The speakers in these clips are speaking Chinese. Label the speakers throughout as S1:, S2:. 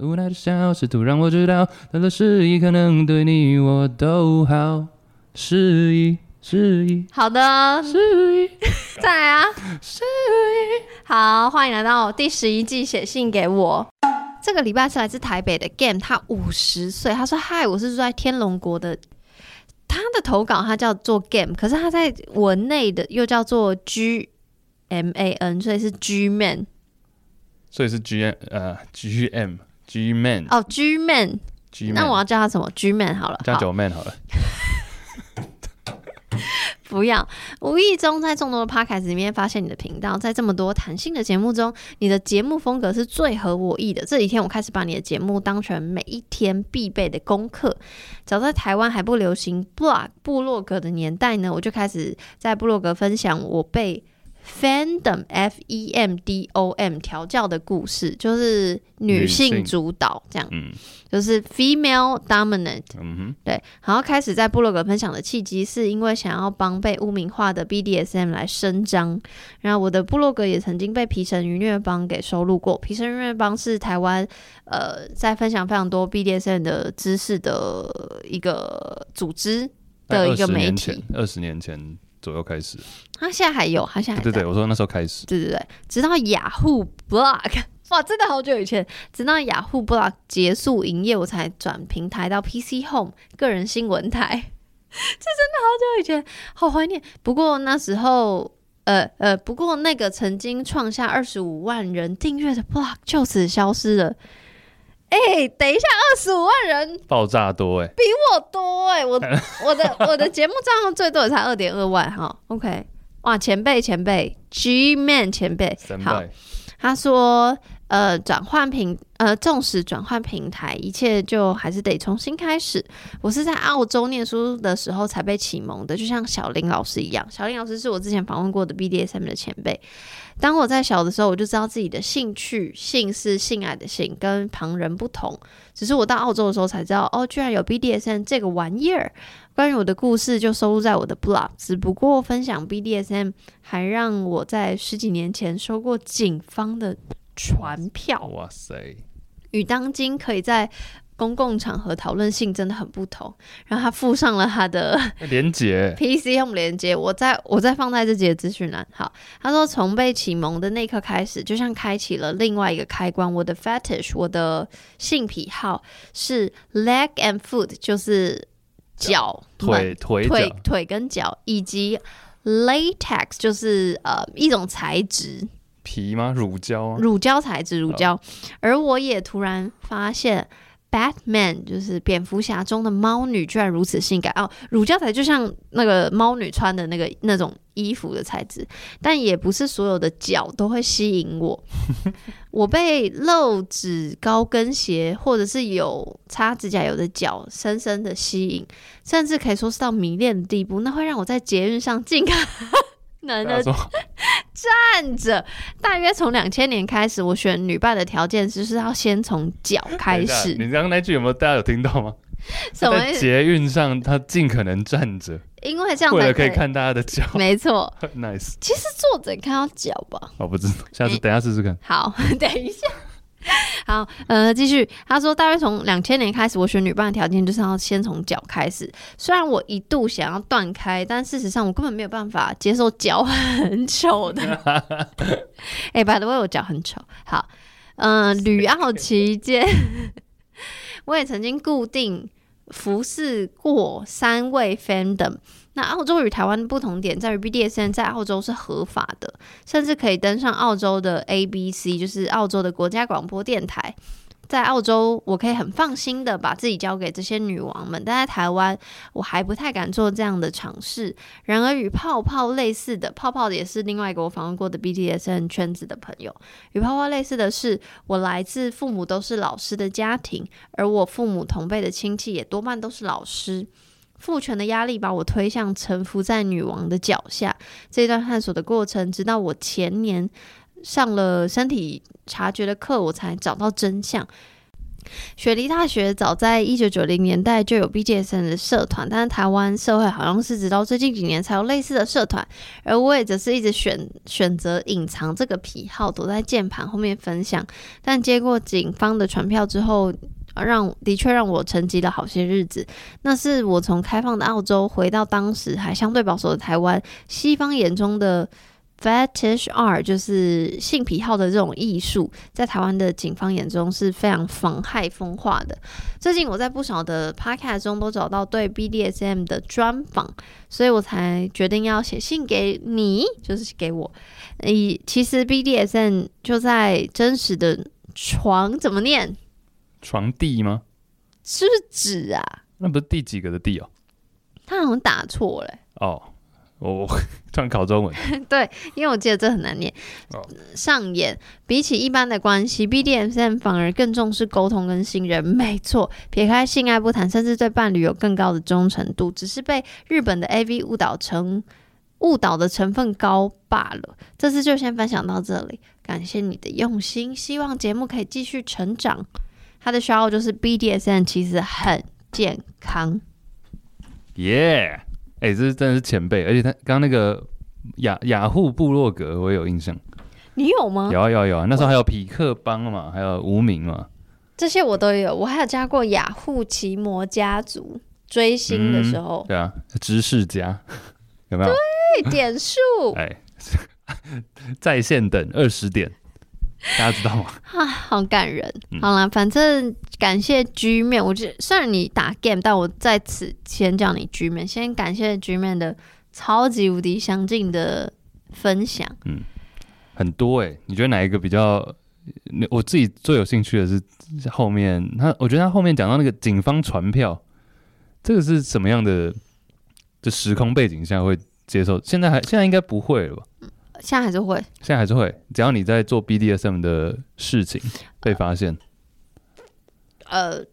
S1: 无奈的笑，试图让我知道，他的示意可能对你我都好。示意，示意，
S2: 好的，
S1: 示意，
S2: 再来啊！
S1: 示意。
S2: 好，欢迎来到第十一季，写信给我。这个礼拜是来自台北的 Game，他五十岁，他说：“嗨，我是住在天龙国的。”他的投稿他叫做 Game，可是他在文内的又叫做 G M A N，所以是 G Man
S1: 所以是 G M 呃 G M G Man
S2: 哦，G Man。
S1: G
S2: 那我
S1: Man
S2: 要叫他什么？G Man 好了，
S1: 加
S2: 好
S1: 九 Man 好了。
S2: 不要！ 无意中在众多的 podcast 里面发现你的频道，在这么多谈心的节目中，你的节目风格是最合我意的。这几天我开始把你的节目当成每一天必备的功课。早在台湾还不流行 blog 部落格的年代呢，我就开始在部落格分享我被 fandom f e m d o m 调教的故事，就是女
S1: 女
S2: 性
S1: 性
S2: 主导这样，
S1: 嗯
S2: 就是 female dominant。
S1: 嗯
S2: 对，然后开始在部落格分享的契机，是因为想要帮被污名化的 BDSM 来伸张。然后我的部落格也曾经被皮神愉虐帮给收录过。皮神愉虐帮是台湾呃在分享非常多 BDSM 的知识的一个组织。
S1: 哼，在
S2: 的一个
S1: 20
S2: 媒
S1: 年
S2: 体
S1: 前，哎二十年前左右开始。
S2: 他啊现在还有，他现在还
S1: 对
S2: 在
S1: 对，我说那时候开始。
S2: 对对对，直到雅虎 Blog，哇，真的好久以前，直到雅虎 Blog 结束营业，我才转平台到 PC Home 个人新闻台。这真的好久以前，好怀念。不过那时候，呃呃，不过那个曾经创下二十五万人订阅的 Blog 就此消失了。哎、等一下，二十五万人
S1: 爆炸多哎、欸，
S2: 我多哎、我我的我的节目账号最多也才二点二万哈。OK，哇，前辈前辈，G Man 前辈，
S1: 三
S2: 好
S1: 倍，
S2: 他说，呃，转换平，呃，纵使转换平台，一切就还是得重新开始。我是在澳洲念书的时候才被启蒙的，就像小林老师一样。小林老师是我之前访问过的 BDSM 的前辈。当我在小的时候，我就知道自己的兴趣，性是性爱的性，跟旁人不同。只是我到澳洲的时候才知道，哦，居然有 BDSM 这个玩意儿。关于我的故事就收录在我的 blog，只不过分享 BDSM 还让我在十几年前收过警方的传票。
S1: 哇塞，
S2: 与当今可以在公共场合讨论性真的很不同。然后他附上了他的
S1: 连结
S2: PC Home 连接，我再我再放在这节资讯栏。好，他说从被启蒙的那一刻开始，就像开启了另外一个开关。我的 fetish，我的性癖好是 leg and foot，就是脚、
S1: 腿腿
S2: 腿
S1: 脚，
S2: 腿跟脚，以及 latex，就是呃一种材质。
S1: 皮吗？乳胶啊，
S2: 乳胶材质，乳胶。而我也突然发现，Batman 就是蝙蝠侠中的猫女，居然如此性感哦！乳胶材就像那个猫女穿的那个那种衣服的材质，但也不是所有的脚都会吸引我。我被露趾高跟鞋或者是有擦指甲油的脚深深的吸引，甚至可以说是到迷恋的地步。那会让我在捷运上尽 可能
S1: 大家
S2: 的
S1: 说
S2: 站着。大约从两千年开始，我选女伴的条件就是要先从脚开
S1: 等一下
S2: 始，
S1: 你刚刚那句有没有大家有听到吗？
S2: 什么
S1: 在
S2: 意思？
S1: 捷运上，他尽可能站着，
S2: 因为这样
S1: 为
S2: 才
S1: 了可以。看大家的脚。
S2: 没错，
S1: nice，
S2: 其实坐着也看到脚吧。
S1: 我不知道，下次
S2: 哎
S1: 等一下试试看。
S2: 好， 等一下。好，呃，继续。他说，大约从两千年开始，我选女伴的条件就是要先从脚开始。虽然我一度想要断开，但事实上我根本没有办法接受脚很丑的。哎、b y the way，我脚很丑。好，嗯、旅澳期间， 我也曾经固定服侍过三位 fandom。那澳洲与台湾的不同点在于，BDSN 在澳洲是合法的，甚至可以登上澳洲的 ABC，就是澳洲的国家广播电台。在澳洲，我可以很放心的把自己交给这些女王们，但在台湾，我还不太敢做这样的尝试。然而，与泡泡类似的，泡泡也是另外一个我访问过的 BDSN 圈子的朋友。与泡泡类似的是，我来自父母都是老师的家庭，而我父母同辈的亲戚也多半都是老师。父权的压力把我推向臣服在女王的脚下，这段探索的过程，直到我前年上了身体察觉的课，我才找到真相。雪梨大学早在一九九零年代就有 BDSM 的社团，但是台湾社会好像是直到最近几年才有类似的社团，而我也只是一直选选择隐藏这个癖好，躲在键盘后面分享。但接过警方的传票之后，呃让的确让我沉寂了好些日子。那是我从开放的澳洲回到当时还相对保守的台湾，西方眼中的 fetish art 就是性癖好的这种艺术，在台湾的警方眼中是非常妨害风化的。最近我在不少的 podcast 中都找到对 BDSM 的专访，所以我才决定要写信给你，就是给我。以其实 BDSM 就在真实的床怎么念？
S1: 床地吗？
S2: 是不是指啊？
S1: 那不是第几个的地哦？
S2: 他好像打错了欸、
S1: 哦，我 我突然考中文，
S2: 对，因为我记得这很难念。
S1: 哦
S2: 上演比起一般的关系，BDSM 反而更重视沟通跟信任。没错，撇开性爱不谈，甚至对伴侣有更高的忠诚度，只是被日本的 AV 误导成误导的成分高罢了。这次就先分享到这里，感谢你的用心，希望节目可以继续成长。他的 s h 就是 BDSM 其实很健康。
S1: 耶！哎，这是真的是前辈，而且他刚刚那个雅雅虎部落格我也有印象，
S2: 你有吗？
S1: 有啊有啊有啊，那时候还有匹克帮嘛，还有无名嘛，
S2: 这些我都有，我还有加过雅虎奇摩家族追星的时候，
S1: 对啊，知识家 有没有？
S2: 对点数
S1: 哎， 在线等二十点，大家知道吗？
S2: 啊，好感人。好啦，反正感谢 G 面，我这虽然你打 game，但我在此先叫你 G 面，先感谢 G 面的超级无敌相近的分享。
S1: 很多哎、你觉得哪一个比较？你我自己最有兴趣的是后面他，我觉得他后面讲到那个警方传票，这个是什么样的？这时空背景下会接受？现在还现在应该不会了吧？
S2: 现在还是会
S1: 现在还是会，只要你在做 BDSM 的事情被发现，
S2: 呃，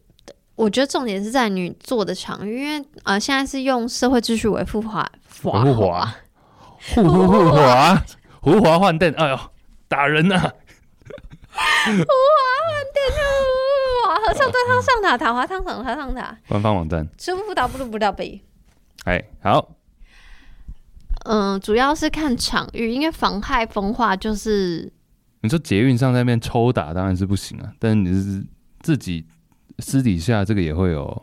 S2: 我觉得重点是在你做的场域，因为呃，现在是用社会秩序维护法法
S1: 护
S2: 法
S1: 华，护护护华，护华换电，哎呦，打人呐、
S2: 哇，和尚对汤上塔，塔滑汤上塔上塔，
S1: 官方网站，
S2: 舒服到不如不到北。
S1: 哎，好，
S2: 嗯，主要是看场域，因为妨害风化就是
S1: 你说捷运上在那边抽打当然是不行啊，但是你是自己私底下这个也会有，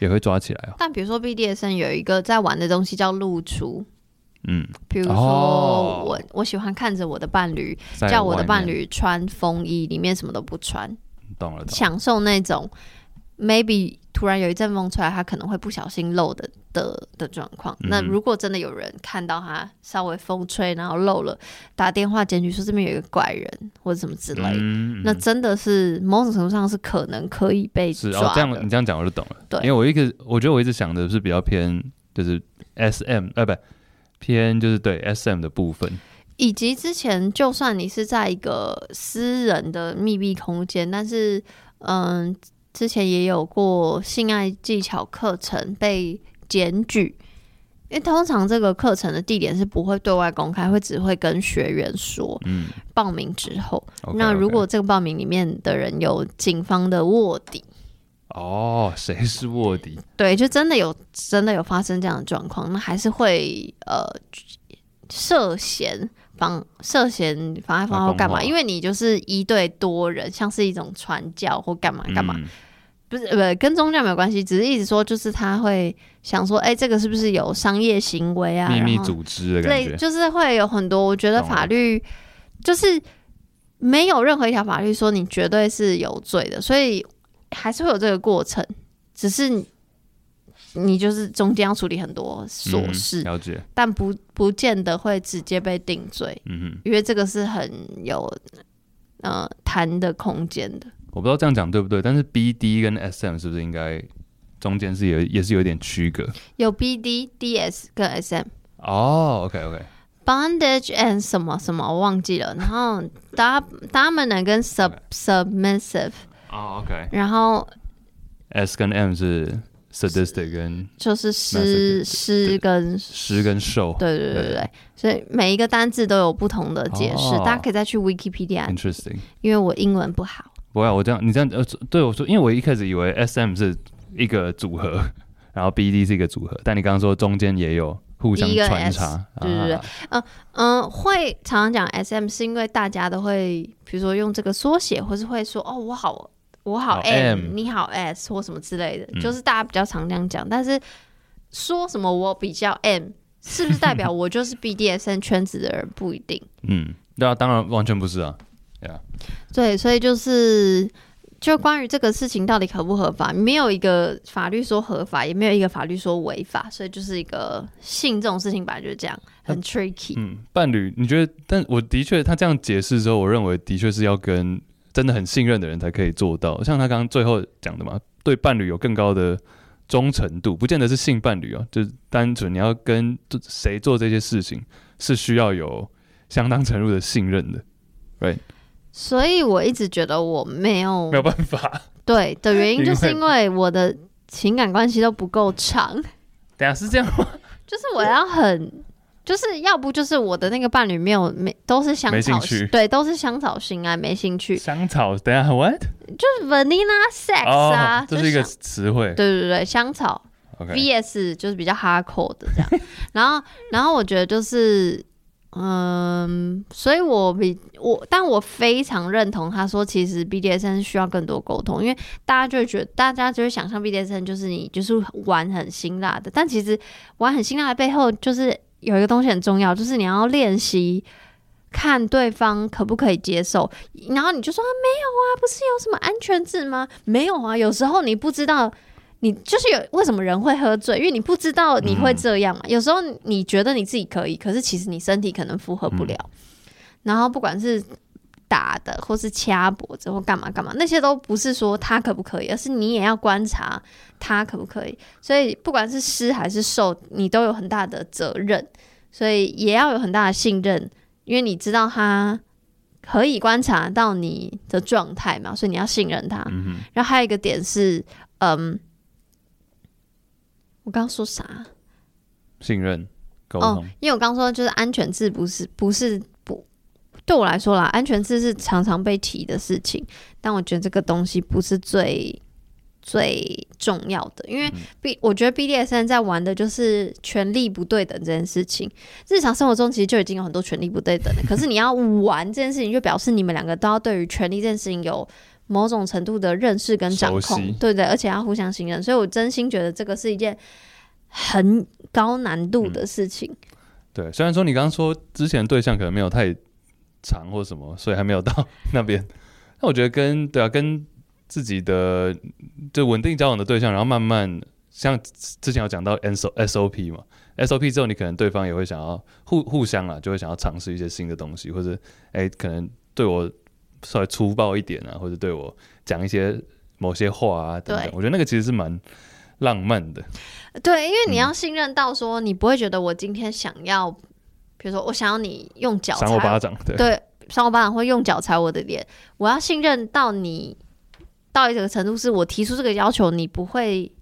S1: 也会抓起来哦。
S2: 但比如说 BDSM 有一个在玩的东西叫露出，
S1: 嗯，
S2: 比如说
S1: 哦
S2: 我、我喜欢看着我的伴侣，
S1: 在
S2: 叫我的
S1: 外面
S2: 伴侣穿风衣，里面什么都不穿，
S1: 懂了，懂了
S2: 享受那种 maybe 突然有一阵风出来，他可能会不小心漏的的的状况。那
S1: 嗯
S2: 如果真的有人看到他稍微风吹然后漏了，打电话检举说这边有一个怪人或者什么之类的。
S1: 嗯，嗯
S2: 那真的是某种程度上是可能可以被
S1: 是
S2: 抓
S1: 哦，这样
S2: 的
S1: 你这样讲我就懂了。
S2: 对
S1: 因为我一个我觉得我一直想的是比较偏就是 S M 呃不偏就是对 S M 的部分，
S2: 以及之前，就算你是在一个私人的密闭空间，但是，嗯，之前也有过性爱技巧课程被检举，因为通常这个课程的地点是不会对外公开，会只会跟学员说。
S1: 嗯
S2: 报名之后
S1: OK，
S2: 那
S1: OK
S2: 如果这个报名里面的人有警方的卧底，
S1: 哦，谁是卧底？
S2: 对，就真的有真的有发生这样的状况，那还是会呃涉嫌妨涉嫌妨碍风化
S1: 妨
S2: 或
S1: 碍
S2: 干嘛？
S1: 风化
S2: 因为你就是一对多人，像是一种传教或干嘛干嘛，
S1: 嗯
S2: 不是呃跟宗教没有关系，只是一直说就是他会想说，哎、这个是不是有商业行为啊？
S1: 秘密
S2: 然后
S1: 组织的感
S2: 类
S1: 觉，
S2: 就是会有很多，我觉得
S1: 懂了
S2: 法律就是没有任何一条法律说你绝对是有罪的，所以还是会有这个过程，只是你你就是中间要处理很多琐
S1: 嗯
S2: 事，
S1: 了解，
S2: 但不不见得会直接被定罪，
S1: 嗯哼。
S2: 因为这个是很有呃谈的空间的。
S1: 我不知道这样讲对不对，但是 B D 跟 S M 是不是应该中间是有也是有点区隔？
S2: 有 BD、DS 跟 SM。
S1: 哦，OK OK，
S2: bondage and 什么什么我忘记了，然后 dom dominant 跟 sub submissive，
S1: 哦 OK，S、
S2: 然后
S1: S 跟 M 是 sadistic 跟
S2: 就是
S1: Massacre，
S2: 诗诗
S1: 对
S2: 跟
S1: 湿跟瘦
S2: 对对对对对，所以每一个单字都有不同的解释，
S1: 哦嗯
S2: 大家可以再去 Wikipedia，
S1: ，interesting，
S2: 因为我英文不好，
S1: 不会啊，我这样你这样呃，对我说，因为我一开始以为 S M 是一个组合， 然后 B D 是一个组合，但你刚刚说中间也有互相
S2: 一个
S1: 穿
S2: S，
S1: 插，
S2: 对对对
S1: 啊
S2: 嗯，会常常讲 SM 是因为大家都会，比如说用这个缩写，或是会说哦，我好我好
S1: 好
S2: M，,
S1: M
S2: 你好 S 或什么之类的，
S1: 嗯
S2: 就是大家比较常这样讲。但是说什么我比较 M，是不是 代表我就是 BDSN 圈子的人不一定。
S1: 嗯，对啊，当然完全不是啊，
S2: 对，所以就是就关于这个事情到底合不合法，没有一个法律说合法，也没有一个法律说违法，所以就是一个性这种事情本来就是这样，很 tricky。
S1: 嗯，伴侣，你觉得？但我的确，他这样解释之后，我认为的确是要跟真的很信任的人才可以做到。像他刚刚最后讲的嘛，对伴侣有更高的忠诚度，不见得是性伴侣哦，就是单纯你要跟这谁做这些事情，是需要有相当程度的信任的，
S2: 所以我一直觉得我没有
S1: 没有办 法。
S2: 对的原因，
S1: 因
S2: 就是
S1: 为
S2: 因为我的情感关系都不够长，
S1: 等一下是这样吗？
S2: 就是我要很，就是要不就是我的那个伴侣没有没都是香
S1: 没兴
S2: 草
S1: 趣
S2: 对，都是香草性爱，没兴 趣，
S1: 香草？等一下 what？哦
S2: 就是 vanilla sex 啊，
S1: 这是一个
S2: 香
S1: 词汇。
S2: 对对对，香草
S1: OK，
S2: VS 就是比较 hardcore 的这样。 然后，然后我觉得就是，嗯，所以我比我，但我非常认同他说，其实 BDSN 是需要更多沟通，因为大家就会觉得，大家就会想象 BDSN 就是你就是玩很辛辣的，但其实玩很辛辣的背后就是有一个东西很重要，就是你要练习。看对方可不可以接受，然后你就说、啊、没有啊，不是有什么安全字吗？没有啊，有时候你不知道你就是有为什么人会喝醉？因为你不知道你会这样嘛。有时候你觉得你自己可以，可是其实你身体可能负荷不了。然后不管是打的，或是掐脖子，或干嘛干嘛，那些都不是说他可不可以，而是你也要观察他可不可以。所以不管是施还是受，你都有很大的责任，所以也要有很大的信任，因为你知道他。可以观察到你的状态嘛，所以你要信任他。
S1: 嗯
S2: 然后还有一个点是，嗯，我刚刚说啥？
S1: 哼，信任沟
S2: 哦
S1: 通，，
S2: 因为我刚刚说就是安全字不是不是不对我来说啦，安全字是常常被提的事情，但我觉得这个东西不是最最重要的，因
S1: 嗯
S2: 为 B、我觉得 BDSN 在玩的就是权力不对等这件事情。日常生活中其实就已经有很多权力不 对等了，可是你要玩这件事情，就表示你们两个都要对于权力这件事情有。某种程度的认识跟掌
S1: 熟悉
S2: 控，对不对，而且要互相信任，所以我真心觉得这个是一件很高难度
S1: 嗯
S2: 的事情。
S1: 对，虽然说你刚刚说之前对象可能没有太长或什么，所以还没有到 那边，但我觉得跟对啊，跟自己的就稳定交往的对象，然后慢慢像之前有讲到 S S O P 嘛，S O P 之后，你可能对方也会想要互互相啊，就会想要尝试一些新的东西，或者哎、可能对我稍微粗暴一点啊，或者对我讲一些某些话啊等等
S2: 对，
S1: 我觉得那个其实是蛮浪漫的，
S2: 对，因为
S1: 嗯
S2: 你要信任到说，你不会觉得我今天想要，比如说我想要你用脚
S1: 赏我巴
S2: 踩，
S1: 掌，对，
S2: 对，扇我巴掌或用脚踩我的脸，我要信任到你到一个程度，是我提出这个要求，你不会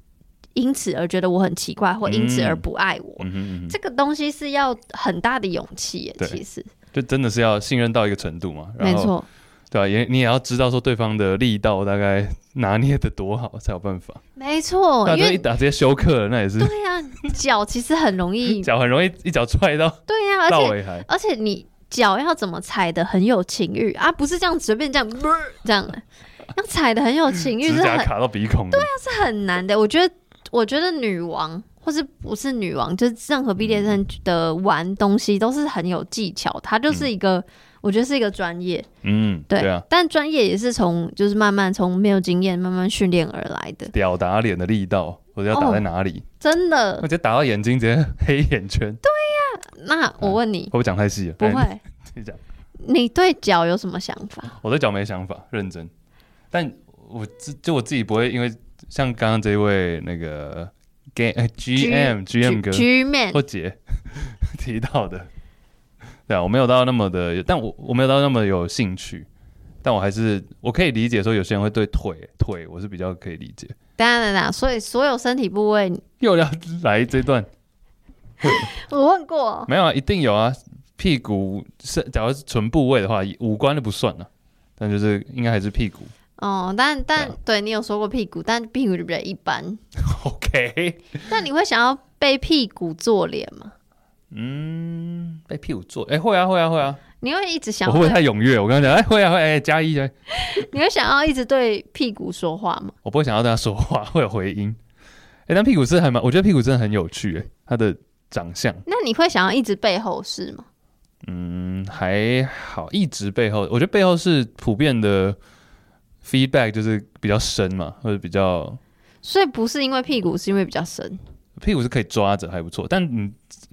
S2: 因此而觉得我很奇怪，或因此而
S1: 嗯
S2: 不爱我。
S1: 嗯哼嗯哼。
S2: 这个东西是要很大的勇气耶，
S1: 对
S2: 其实
S1: 就真的是要信任到一个程度嘛，然
S2: 没
S1: 后
S2: 错。
S1: 对啊，也你也要知道说对方的力道大概拿捏的多好才有办法。
S2: 没错，
S1: 那
S2: 哦因
S1: 就一
S2: 为
S1: 打直接休克了，那也是
S2: 对呀、脚其实很容 易，
S1: 脚很容易一脚踹到
S2: 对呀、
S1: 到
S2: 而且
S1: 尾还
S2: 而且你脚要怎么踩的很有情欲啊，不是这样随便这样 这样的，要踩的很有情欲
S1: 指
S2: 是
S1: 甲
S2: 很
S1: 卡到鼻孔里。对啊，
S2: 是很难的。我觉得我觉得女王或是不是女王，就是任何 BDSM 的玩东西都是很有技巧，它就是一个、我觉得是一个专业，
S1: 嗯，
S2: 对，
S1: 对啊，
S2: 但专业也是从就是慢慢从没有经验慢慢训练而来的，
S1: 屌打脸的力道，或者要打
S2: 哦
S1: 在哪里，我
S2: 真的
S1: 直。接打到眼睛，直接黑眼圈，会
S2: 那我问你，
S1: 不会讲太细了？
S2: 不
S1: 哎，
S2: 会，
S1: 你讲，
S2: 你对脚有什么想法？
S1: 我对脚没想法，认真。但我自就我自己不会，因为像刚刚这一位那个 G 呃 G M G M 哥，
S2: 局面
S1: 或姐 提到的，对啊，我没有到那么的，但我我没有到那么有兴趣，但我还是我可以理解说有些人会对腿腿，我是比较可以理解。
S2: 当然啦，所以所有身体部位，
S1: 又要来这段
S2: 我问过，
S1: 没有啊，一定有啊，屁股是假如是纯部位的话，五官都不算啊，但就是应该还是屁股，
S2: 哦，但但
S1: 对啊
S2: 对你有说过屁股，但屁股就比较一般。
S1: OK，
S2: 但你会想要被屁股做脸吗？
S1: 嗯， 被屁股坐，哎、会啊，会啊，会啊。
S2: 你会一直想
S1: 我会不会
S2: 对
S1: 太踊跃？我刚刚讲，哎、会啊，会啊，哎、加一加一，
S2: 你会想要一直对屁股说话吗？
S1: 我不会想要对他说话， 会有回音。哎、但屁股真的还蛮，我觉得屁股真的很有趣、哎，它的长相，
S2: 那你会想要一直背后事吗？
S1: 嗯，还好，一直背后，我觉得背后是普遍的 feedback 就是比较深嘛，或者比较
S2: 所以不是因为屁股，是因为比较深，
S1: 屁股是可以抓着，还不错，但你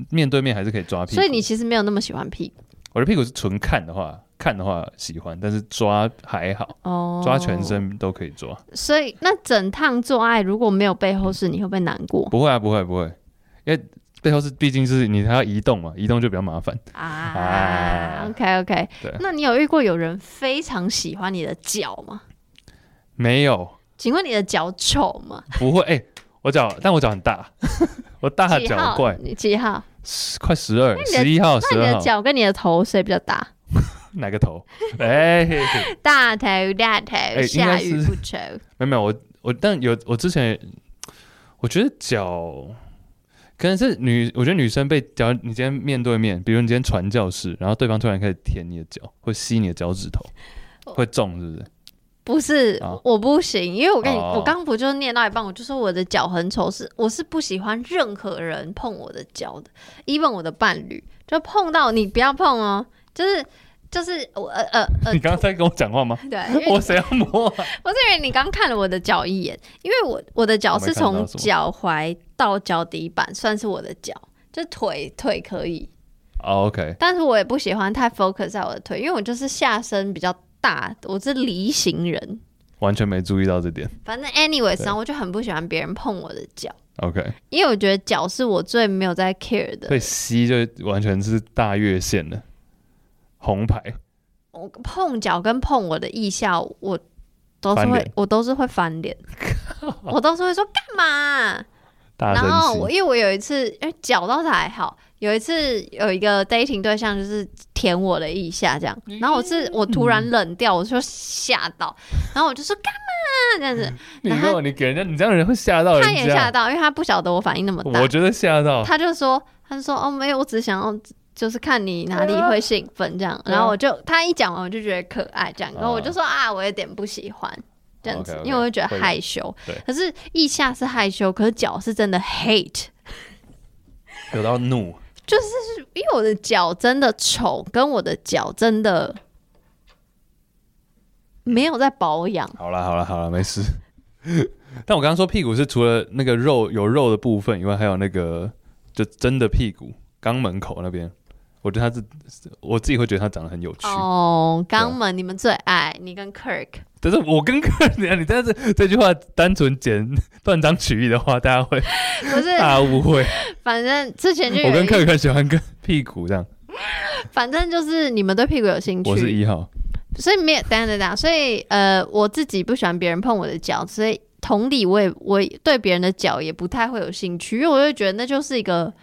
S1: 面对面还是可以抓屁股。
S2: 所以你其实没有那么喜欢屁股
S1: 我的屁股是纯看的话，看的话喜欢，但是抓还好，
S2: 哦。
S1: 抓全。身都可以抓。
S2: 所以那整趟做爱如果没有背后事，你会不会难过
S1: 不会啊，不会不会，因为背后是毕竟是你还要移动嘛，移动就比较麻烦。
S2: 啊
S1: 啊
S2: o k OK
S1: 对。
S2: 那你有遇过有人非常喜欢你的脚吗？
S1: 没有，
S2: 请问你的脚丑吗？
S1: 不会。哎、 我脚，但我脚很 大，我大
S2: 几
S1: 脚
S2: 号？
S1: 怪，
S2: 你几号？
S1: 十快十二、
S2: 你的
S1: 十一号、
S2: 那
S1: 十
S2: 你
S1: 二
S2: 的
S1: 号，
S2: 脚跟你的头谁比较大？
S1: 哪个头？ 哎、嘿嘿
S2: 大头大头，
S1: 应该
S2: 下
S1: 是
S2: 雨不愁。
S1: 没有没有，我我但有我之前，我觉得脚。可能是女，我觉得女生被，假如你今天面对面，比如你今天传教士，然后对方突然开始舔你的脚，或吸你的脚趾头，
S2: 哦
S1: 会中是不是？
S2: 不是、
S1: 啊
S2: 我不行，因为我跟你，
S1: 哦
S2: 我刚不就念到一半，我就说我的脚很丑，是我是不喜欢任何人碰我的脚的，even 我的伴侣，就碰到你不要碰哦，就是就是我呃呃呃
S1: 你，刚刚在跟我讲话吗？
S2: 对，因为
S1: 我谁要摸、啊？
S2: 我是以为你刚看了我的脚一眼，因为我我的脚是
S1: 我没看
S2: 从
S1: 到什么
S2: 脚踝到脚底板算是我的脚，就腿腿可以，
S1: 哦 OK，
S2: 但是我也不喜欢太 focus 在我的腿，因为我就是下身比较大，我是梨形人。
S1: 完全没注意到这点。
S2: 反正 anyways
S1: 对
S2: 呢，我就很不喜欢别人碰我的脚，
S1: OK，
S2: 因为我觉得脚是我最没有在 care 的
S1: 被。吸就完全是大越线了，红牌。
S2: 我碰脚跟碰我的腋下，我都是
S1: 翻
S2: 会
S1: 脸，
S2: 我都是会翻 脸，我都是会说干嘛啊、
S1: 大
S2: 然后
S1: 声
S2: 我
S1: 吸，
S2: 因为我有一次，因为脚倒是还好，有一次有一个 dating 对象就是舔我的腋下这样，然后我是我突然冷掉，我就吓到，然后我就说干嘛这样子，
S1: 你
S2: 然
S1: 如
S2: 后
S1: 果你给人家，你这样人会嗯吓到人
S2: 他也吓
S1: 家。
S2: 到，因为他不晓得我反应那么大
S1: 我，觉得吓到，
S2: 他就说他就说哦没有，我只是想要。就是看你哪里会兴奋这样，
S1: 对啊
S2: 然后我就他一讲完我就觉得可爱这样，然后
S1: 啊
S2: 我就说啊我有点不喜欢这样子，
S1: OK，OK，
S2: 因为我就觉
S1: 会
S2: 得
S1: 的
S2: 害羞
S1: 对。
S2: 可是腋下是害羞，可是脚是真的 hate，
S1: 有到怒。
S2: 因为我的脚真的丑，跟我的脚真的没有在保养。
S1: 好了好了好了，没事。 但我刚刚说屁股是除了那个肉有肉的部分以外，还有那个就真的屁股肛门口那边，我觉得它是我自己会觉得它长得很有趣。
S2: 哦，
S1: 啊
S2: 肛门你们最爱，你跟 Kirk
S1: 但是我跟客人，你但是这句话单纯简断章取义的话，大家会
S2: 不是？
S1: 大误会。
S2: 反正之前就有
S1: 啊我跟
S2: 一
S1: 客人喜欢跟屁股这样，
S2: 反正就是你们对屁股有兴
S1: 我是
S2: 趣，
S1: 一号，
S2: 所以没有等一下等等，所以呃，我自己不喜欢别人碰我的脚，所以同理，我也我也对别人的脚也不太会有兴趣，因为我会觉得那就是一个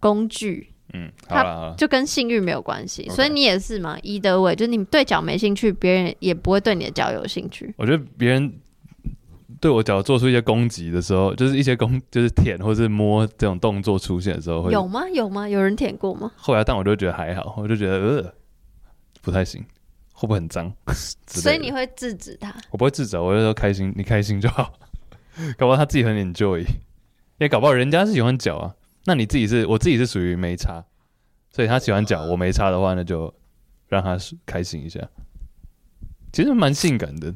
S2: 工具。
S1: 嗯，好了好了，
S2: 就跟性欲没有关系，
S1: OK
S2: 所以你也是嘛，一得位，就是你对脚没兴趣，别人也不会对你的脚有兴趣。
S1: 我觉得别人对我脚做出一些攻击的时候，就是一些攻，就是舔或是摸这种动作出现的时候会
S2: 有吗？有吗？有人舔过吗？
S1: 后来，但我就觉得还好，我就觉得呃不太行，会不会很脏？之类的
S2: 所以你会制止他？
S1: 我不会自责，我就说开心，你开心就好。 搞不好他自己很 enjoy，也搞不好人家是喜欢脚啊。那你自己是，我自己是属于没差，所以他喜欢脚，我没差的话，那就让他开心一下。其实蛮性感的，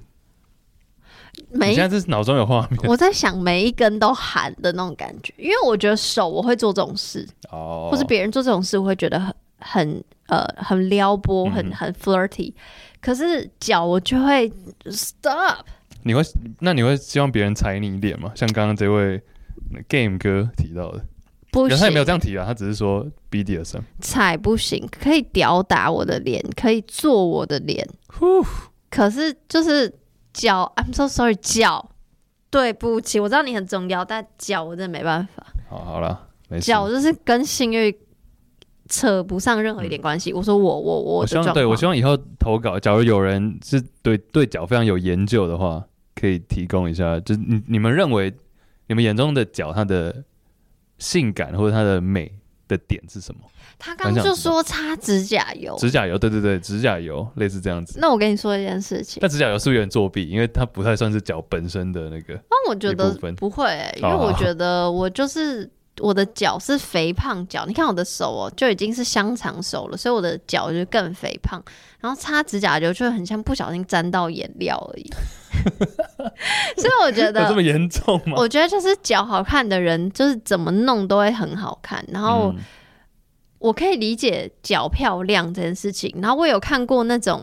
S1: 你
S2: 每一
S1: 现在是脑中有画面
S2: 我在想每一根都寒的那种感觉，因为我觉得手我会做这种事，
S1: 哦，
S2: 或是别人做这种事，我会觉得很很呃很撩拨，
S1: 嗯哼
S2: 很很 flirty。可是脚我就会呃 stop，
S1: 你会那你会希望别人踩你脸吗？像刚刚这位 Game 哥提到的，
S2: 不
S1: 可是他也没有
S2: 行，
S1: 这样提啊，他只是说 BDSM。
S2: 踩不行，可以吊打我的脸，可以坐我的脸。
S1: 呼
S2: 可是就是脚，I'm so sorry，脚，对不起，我知道你很重要，但脚我真的没办法，
S1: 好，好了，没事。
S2: 脚就是跟性欲扯不上任何一点关系。我说我我我
S1: 嗯我
S2: 的
S1: 希
S2: 状
S1: 望
S2: 况，
S1: 对我希望以后投稿，假如有人是对对脚非常有研究的话，可以提供一下，就是你你们认为你们眼中的脚它的性感或者它的美的点是什么？
S2: 他刚刚就说擦指甲油，
S1: 指甲油，对对对，指甲油类似这样子。
S2: 那我跟你说一件事情，
S1: 但指甲油是不是有点作弊？因为它不太算是脚本身的那个
S2: 那我觉
S1: 一
S2: 得
S1: 部分
S2: 不会欸、因
S1: 哦
S2: 为
S1: 好
S2: 我
S1: 好
S2: 觉得我就是我的脚是肥胖脚，你看我的手哦、就已经是香肠手了，所以我的脚就更肥胖。然后擦指甲油就很像不小心沾到颜料而已， 所以我 觉
S1: 有这
S2: 得
S1: 么。严重吗？
S2: 我觉得就是脚好看的人，就是怎么弄都会很好看。然后
S1: 嗯
S2: 我可以理解脚漂亮这件事情，然后我有看过那种，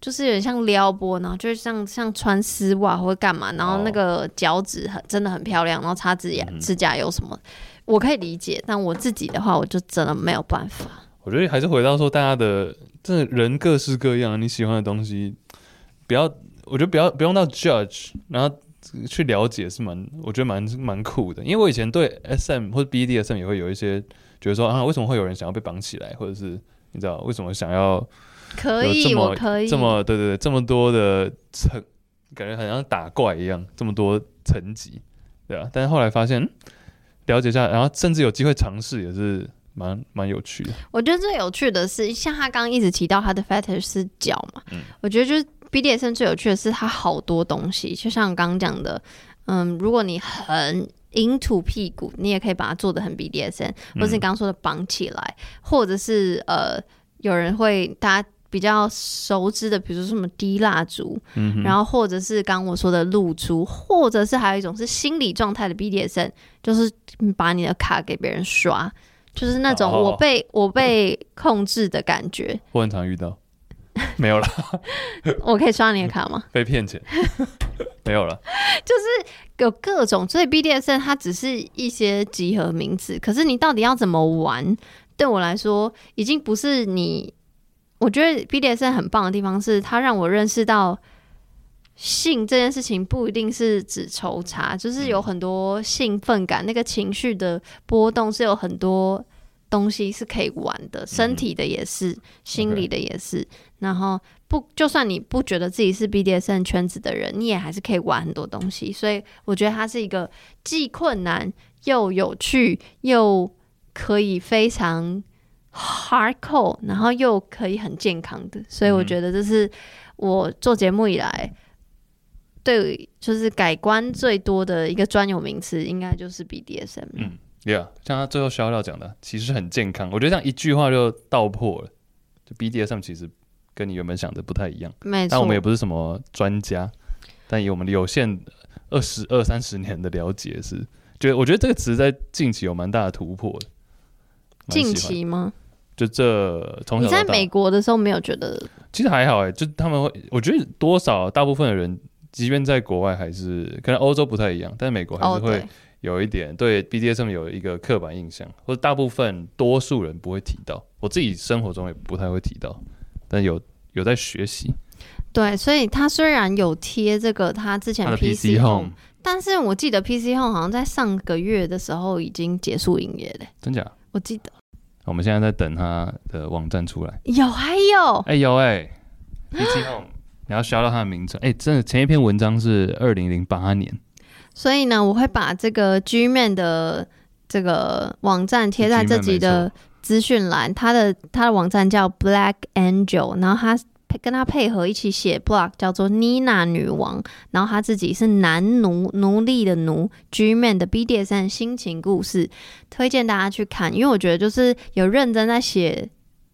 S2: 就是有点像撩拨，然后就是像像穿丝袜或者干嘛，然后那个脚趾很真的很漂亮，然后擦指甲、
S1: 嗯哼
S2: 指甲油什么，我可以理解，但我自己的话，我就真的没有办法。
S1: 我觉得还是回到说，大家的这人各式各样，你喜欢的东西，不要，我觉得不要不用到 judge，然后去了解是蛮，我觉得蛮蛮酷的。因为我以前对 SM 或者 BDSM 也会有一些觉得说啊，为什么会有人想要被绑起来，或者是你知道为什么想要
S2: 可
S1: 有
S2: 以，
S1: 这么
S2: 我可以，
S1: 这么对对对这么多的层，感觉好像打怪一样，这么多层级，对啊。但是后来发现、嗯了解一下，然后甚至有机会尝试，也是蛮蛮有趣的。
S2: 我觉得最有趣的是，像他刚刚一直提到他的 fetish 是脚嘛，
S1: 嗯
S2: 我觉得就是 BDSM 最有趣的是他好多东西，就像刚刚讲的，嗯，如果你很 into 屁股，你也可以把它做的很 BDSM，或者是你刚刚说的绑起来，或者是呃，有人会大家。比较熟知的，比如说什么滴蜡烛，
S1: 嗯哼
S2: 然后或者是刚刚我说的露出，或者是还有一种是心理状态的 BDSM，就是把你的卡给别人刷，就是那种
S1: 哦
S2: 我被、我被控制的感觉。
S1: 我很常遇到， 没有了，
S2: 我可以刷你的卡吗？
S1: 被骗钱， 没有了。
S2: 有各种，所以 BDSM 它只是一些集合名词，可是你到底要怎么玩，对我来说已经不是你。我觉得 BDSM 很棒的地方是，它让我认识到性这件事情不一定是只抽查，就是有很多兴奋感，那个情绪的波动是有很多东西是可以玩的，身体的也是，心理的也是。然后不，就算你不觉得自己是 BDSM 圈子的人，你也还是可以玩很多东西。所以我觉得它是一个既困难又有趣，又可以非常 hardcore，然后又可以很健康的。所以
S1: 嗯
S2: 我觉得这是我做节目以来。对，就是改观最多的一个专有名词，应该就是 BDSM 了。
S1: 嗯，Yeah，像他最后肖料讲的，其实很健康。我觉得这样一句话就道破了，就 BDSM 其实跟你原本想的不太一样。
S2: 没错，
S1: 但我们也不是什么专家，但以我们有限二十二三十年的了解是，觉得我觉得这个词在近期有蛮大的突破的。蛮喜
S2: 近
S1: 欢
S2: 期吗？
S1: 就这从
S2: 你
S1: 小到
S2: 在
S1: 大
S2: 美国的时候没有觉得
S1: 其实还好哎、就他们会，我觉得多少大部分的人，即便在国外还是可能欧洲不太一样，但美国还
S2: 哦？
S1: 是会
S2: 对，
S1: 有一点对 BDSM 有一个刻板印象，或者大部分多数人不会提到，我自己生活中也不太会提到，但有有在学习
S2: 对，所以他虽然有贴这个他之前
S1: 他的
S2: PC
S1: PC Home，
S2: 但是我记得 PC Home 好像在上个月的时候已经结束营业了，
S1: 真假？哦
S2: 我记得
S1: 我们现在在等他的网站出来。
S2: 有还有
S1: 哎、有哎、p c Home，你要 shout out 他的名字。哎、真的，前一篇文章是二零零八年，
S2: 所以呢，我会把这个 G Man 的这个网站贴在这集的资讯栏。它的它的网站叫 Black Angel，然后它配跟它配合一起写 blog 叫做妮娜女王，然后他自己是男奴奴隶的奴 G Man 的 BDSM 心情故事，推荐大家去看，因为我觉得就是有认真在写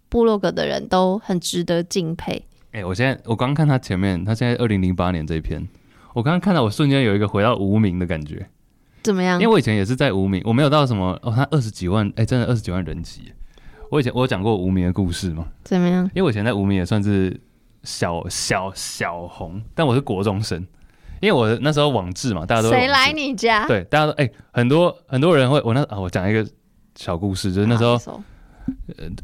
S2: 部落格的人都很值得敬佩。
S1: 哎、我现在我刚看他前面，他现在二零零八年这一篇，我刚刚看到我瞬间有一个回到无名的感觉。
S2: 怎么样
S1: 因为？我以前也是在无名，我没有到什么哦，他二十几万，哎、真的二十几万人气。我以前我有讲过无名的故事嘛，
S2: 怎么样？
S1: 因为我以前在无名也算是小小小红，但我是国中生，因为我那时候网志嘛，大家都
S2: 谁来
S1: 你？
S2: 你啊家？
S1: 对，大家都哎、很多很多人会，我那啊，我讲一个小故事，就是那时候
S2: 好，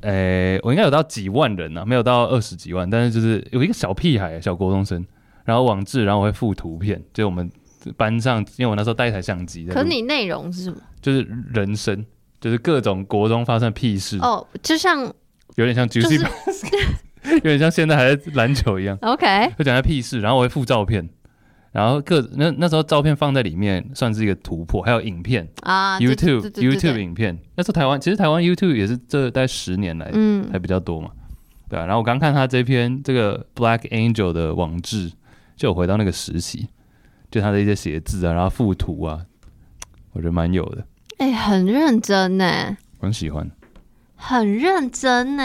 S1: 诶、我应该有到几万人啊，没有到二十几万，但是就是有一个小屁孩，小国中生，然后网志，然后我会附图片，就我们班上，因为我那时候带一台相机在
S2: 你
S1: 录，
S2: 手可是你内容是什么？
S1: 就是人生，就是各种国中发生屁事，
S2: 哦，就像
S1: 有点像
S2: 就
S1: Juicy，
S2: 是
S1: Bar- 有点像现在还在篮球一样，
S2: OK，
S1: 就讲一下屁事，然后我会附照片，然后各那那时候照片放在里面算是一个突破，还有影片
S2: 啊对
S1: YouTube
S2: 对对对对
S1: YouTube 影片，那时候台湾其实台湾 YouTube 也是这大概十年来
S2: 嗯
S1: 还比较多嘛，对啊，然后我刚看他这篇这个 Black Angel 的网志，就有回到那个时期，就他的一些写字啊，然后附图啊，我觉得蛮有的，
S2: 哎、很认真呢，
S1: 我很喜欢。
S2: 很认真呢。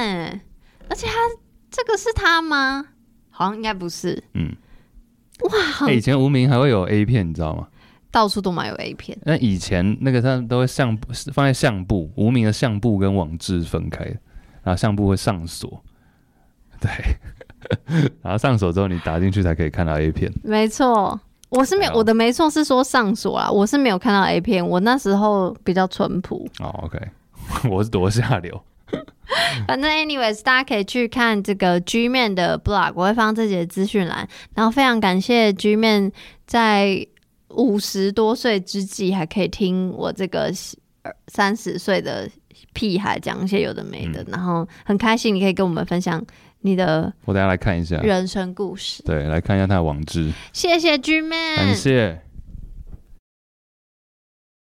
S2: 而且他这个是他吗？好像应该不是，
S1: 嗯，
S2: 哇，
S1: 哎、以
S2: 很
S1: 前无名还会有 A 片，你知道吗？
S2: 到处都蛮有 A 片。
S1: 那以前那个他们都会相簿放在相簿，无名的相簿跟网志分开，然后相簿会上锁，对， 然后上锁之后你打进去才可以看到 A 片。
S2: 没错，我是没
S1: 哎
S2: 有
S1: 呦
S2: 我的没错是说上锁啊，我是没有看到 A 片，我那时候比较淳朴。
S1: 哦，OK，我 是多下流。
S2: 反正 anyways，大家可以去看这个 G Man 的 blog，我会放这节资讯栏。然后非常感谢 G Man 在五十多岁之际还可以听我这个三十岁的屁孩讲一些有的没
S1: 嗯
S2: 的，然后很开心你可以跟我们分享你的
S1: 我等一下来看一下，
S2: 人生故事。
S1: 对，来看一下他的网志，
S2: 谢谢 G
S1: 感
S2: Man，
S1: 谢。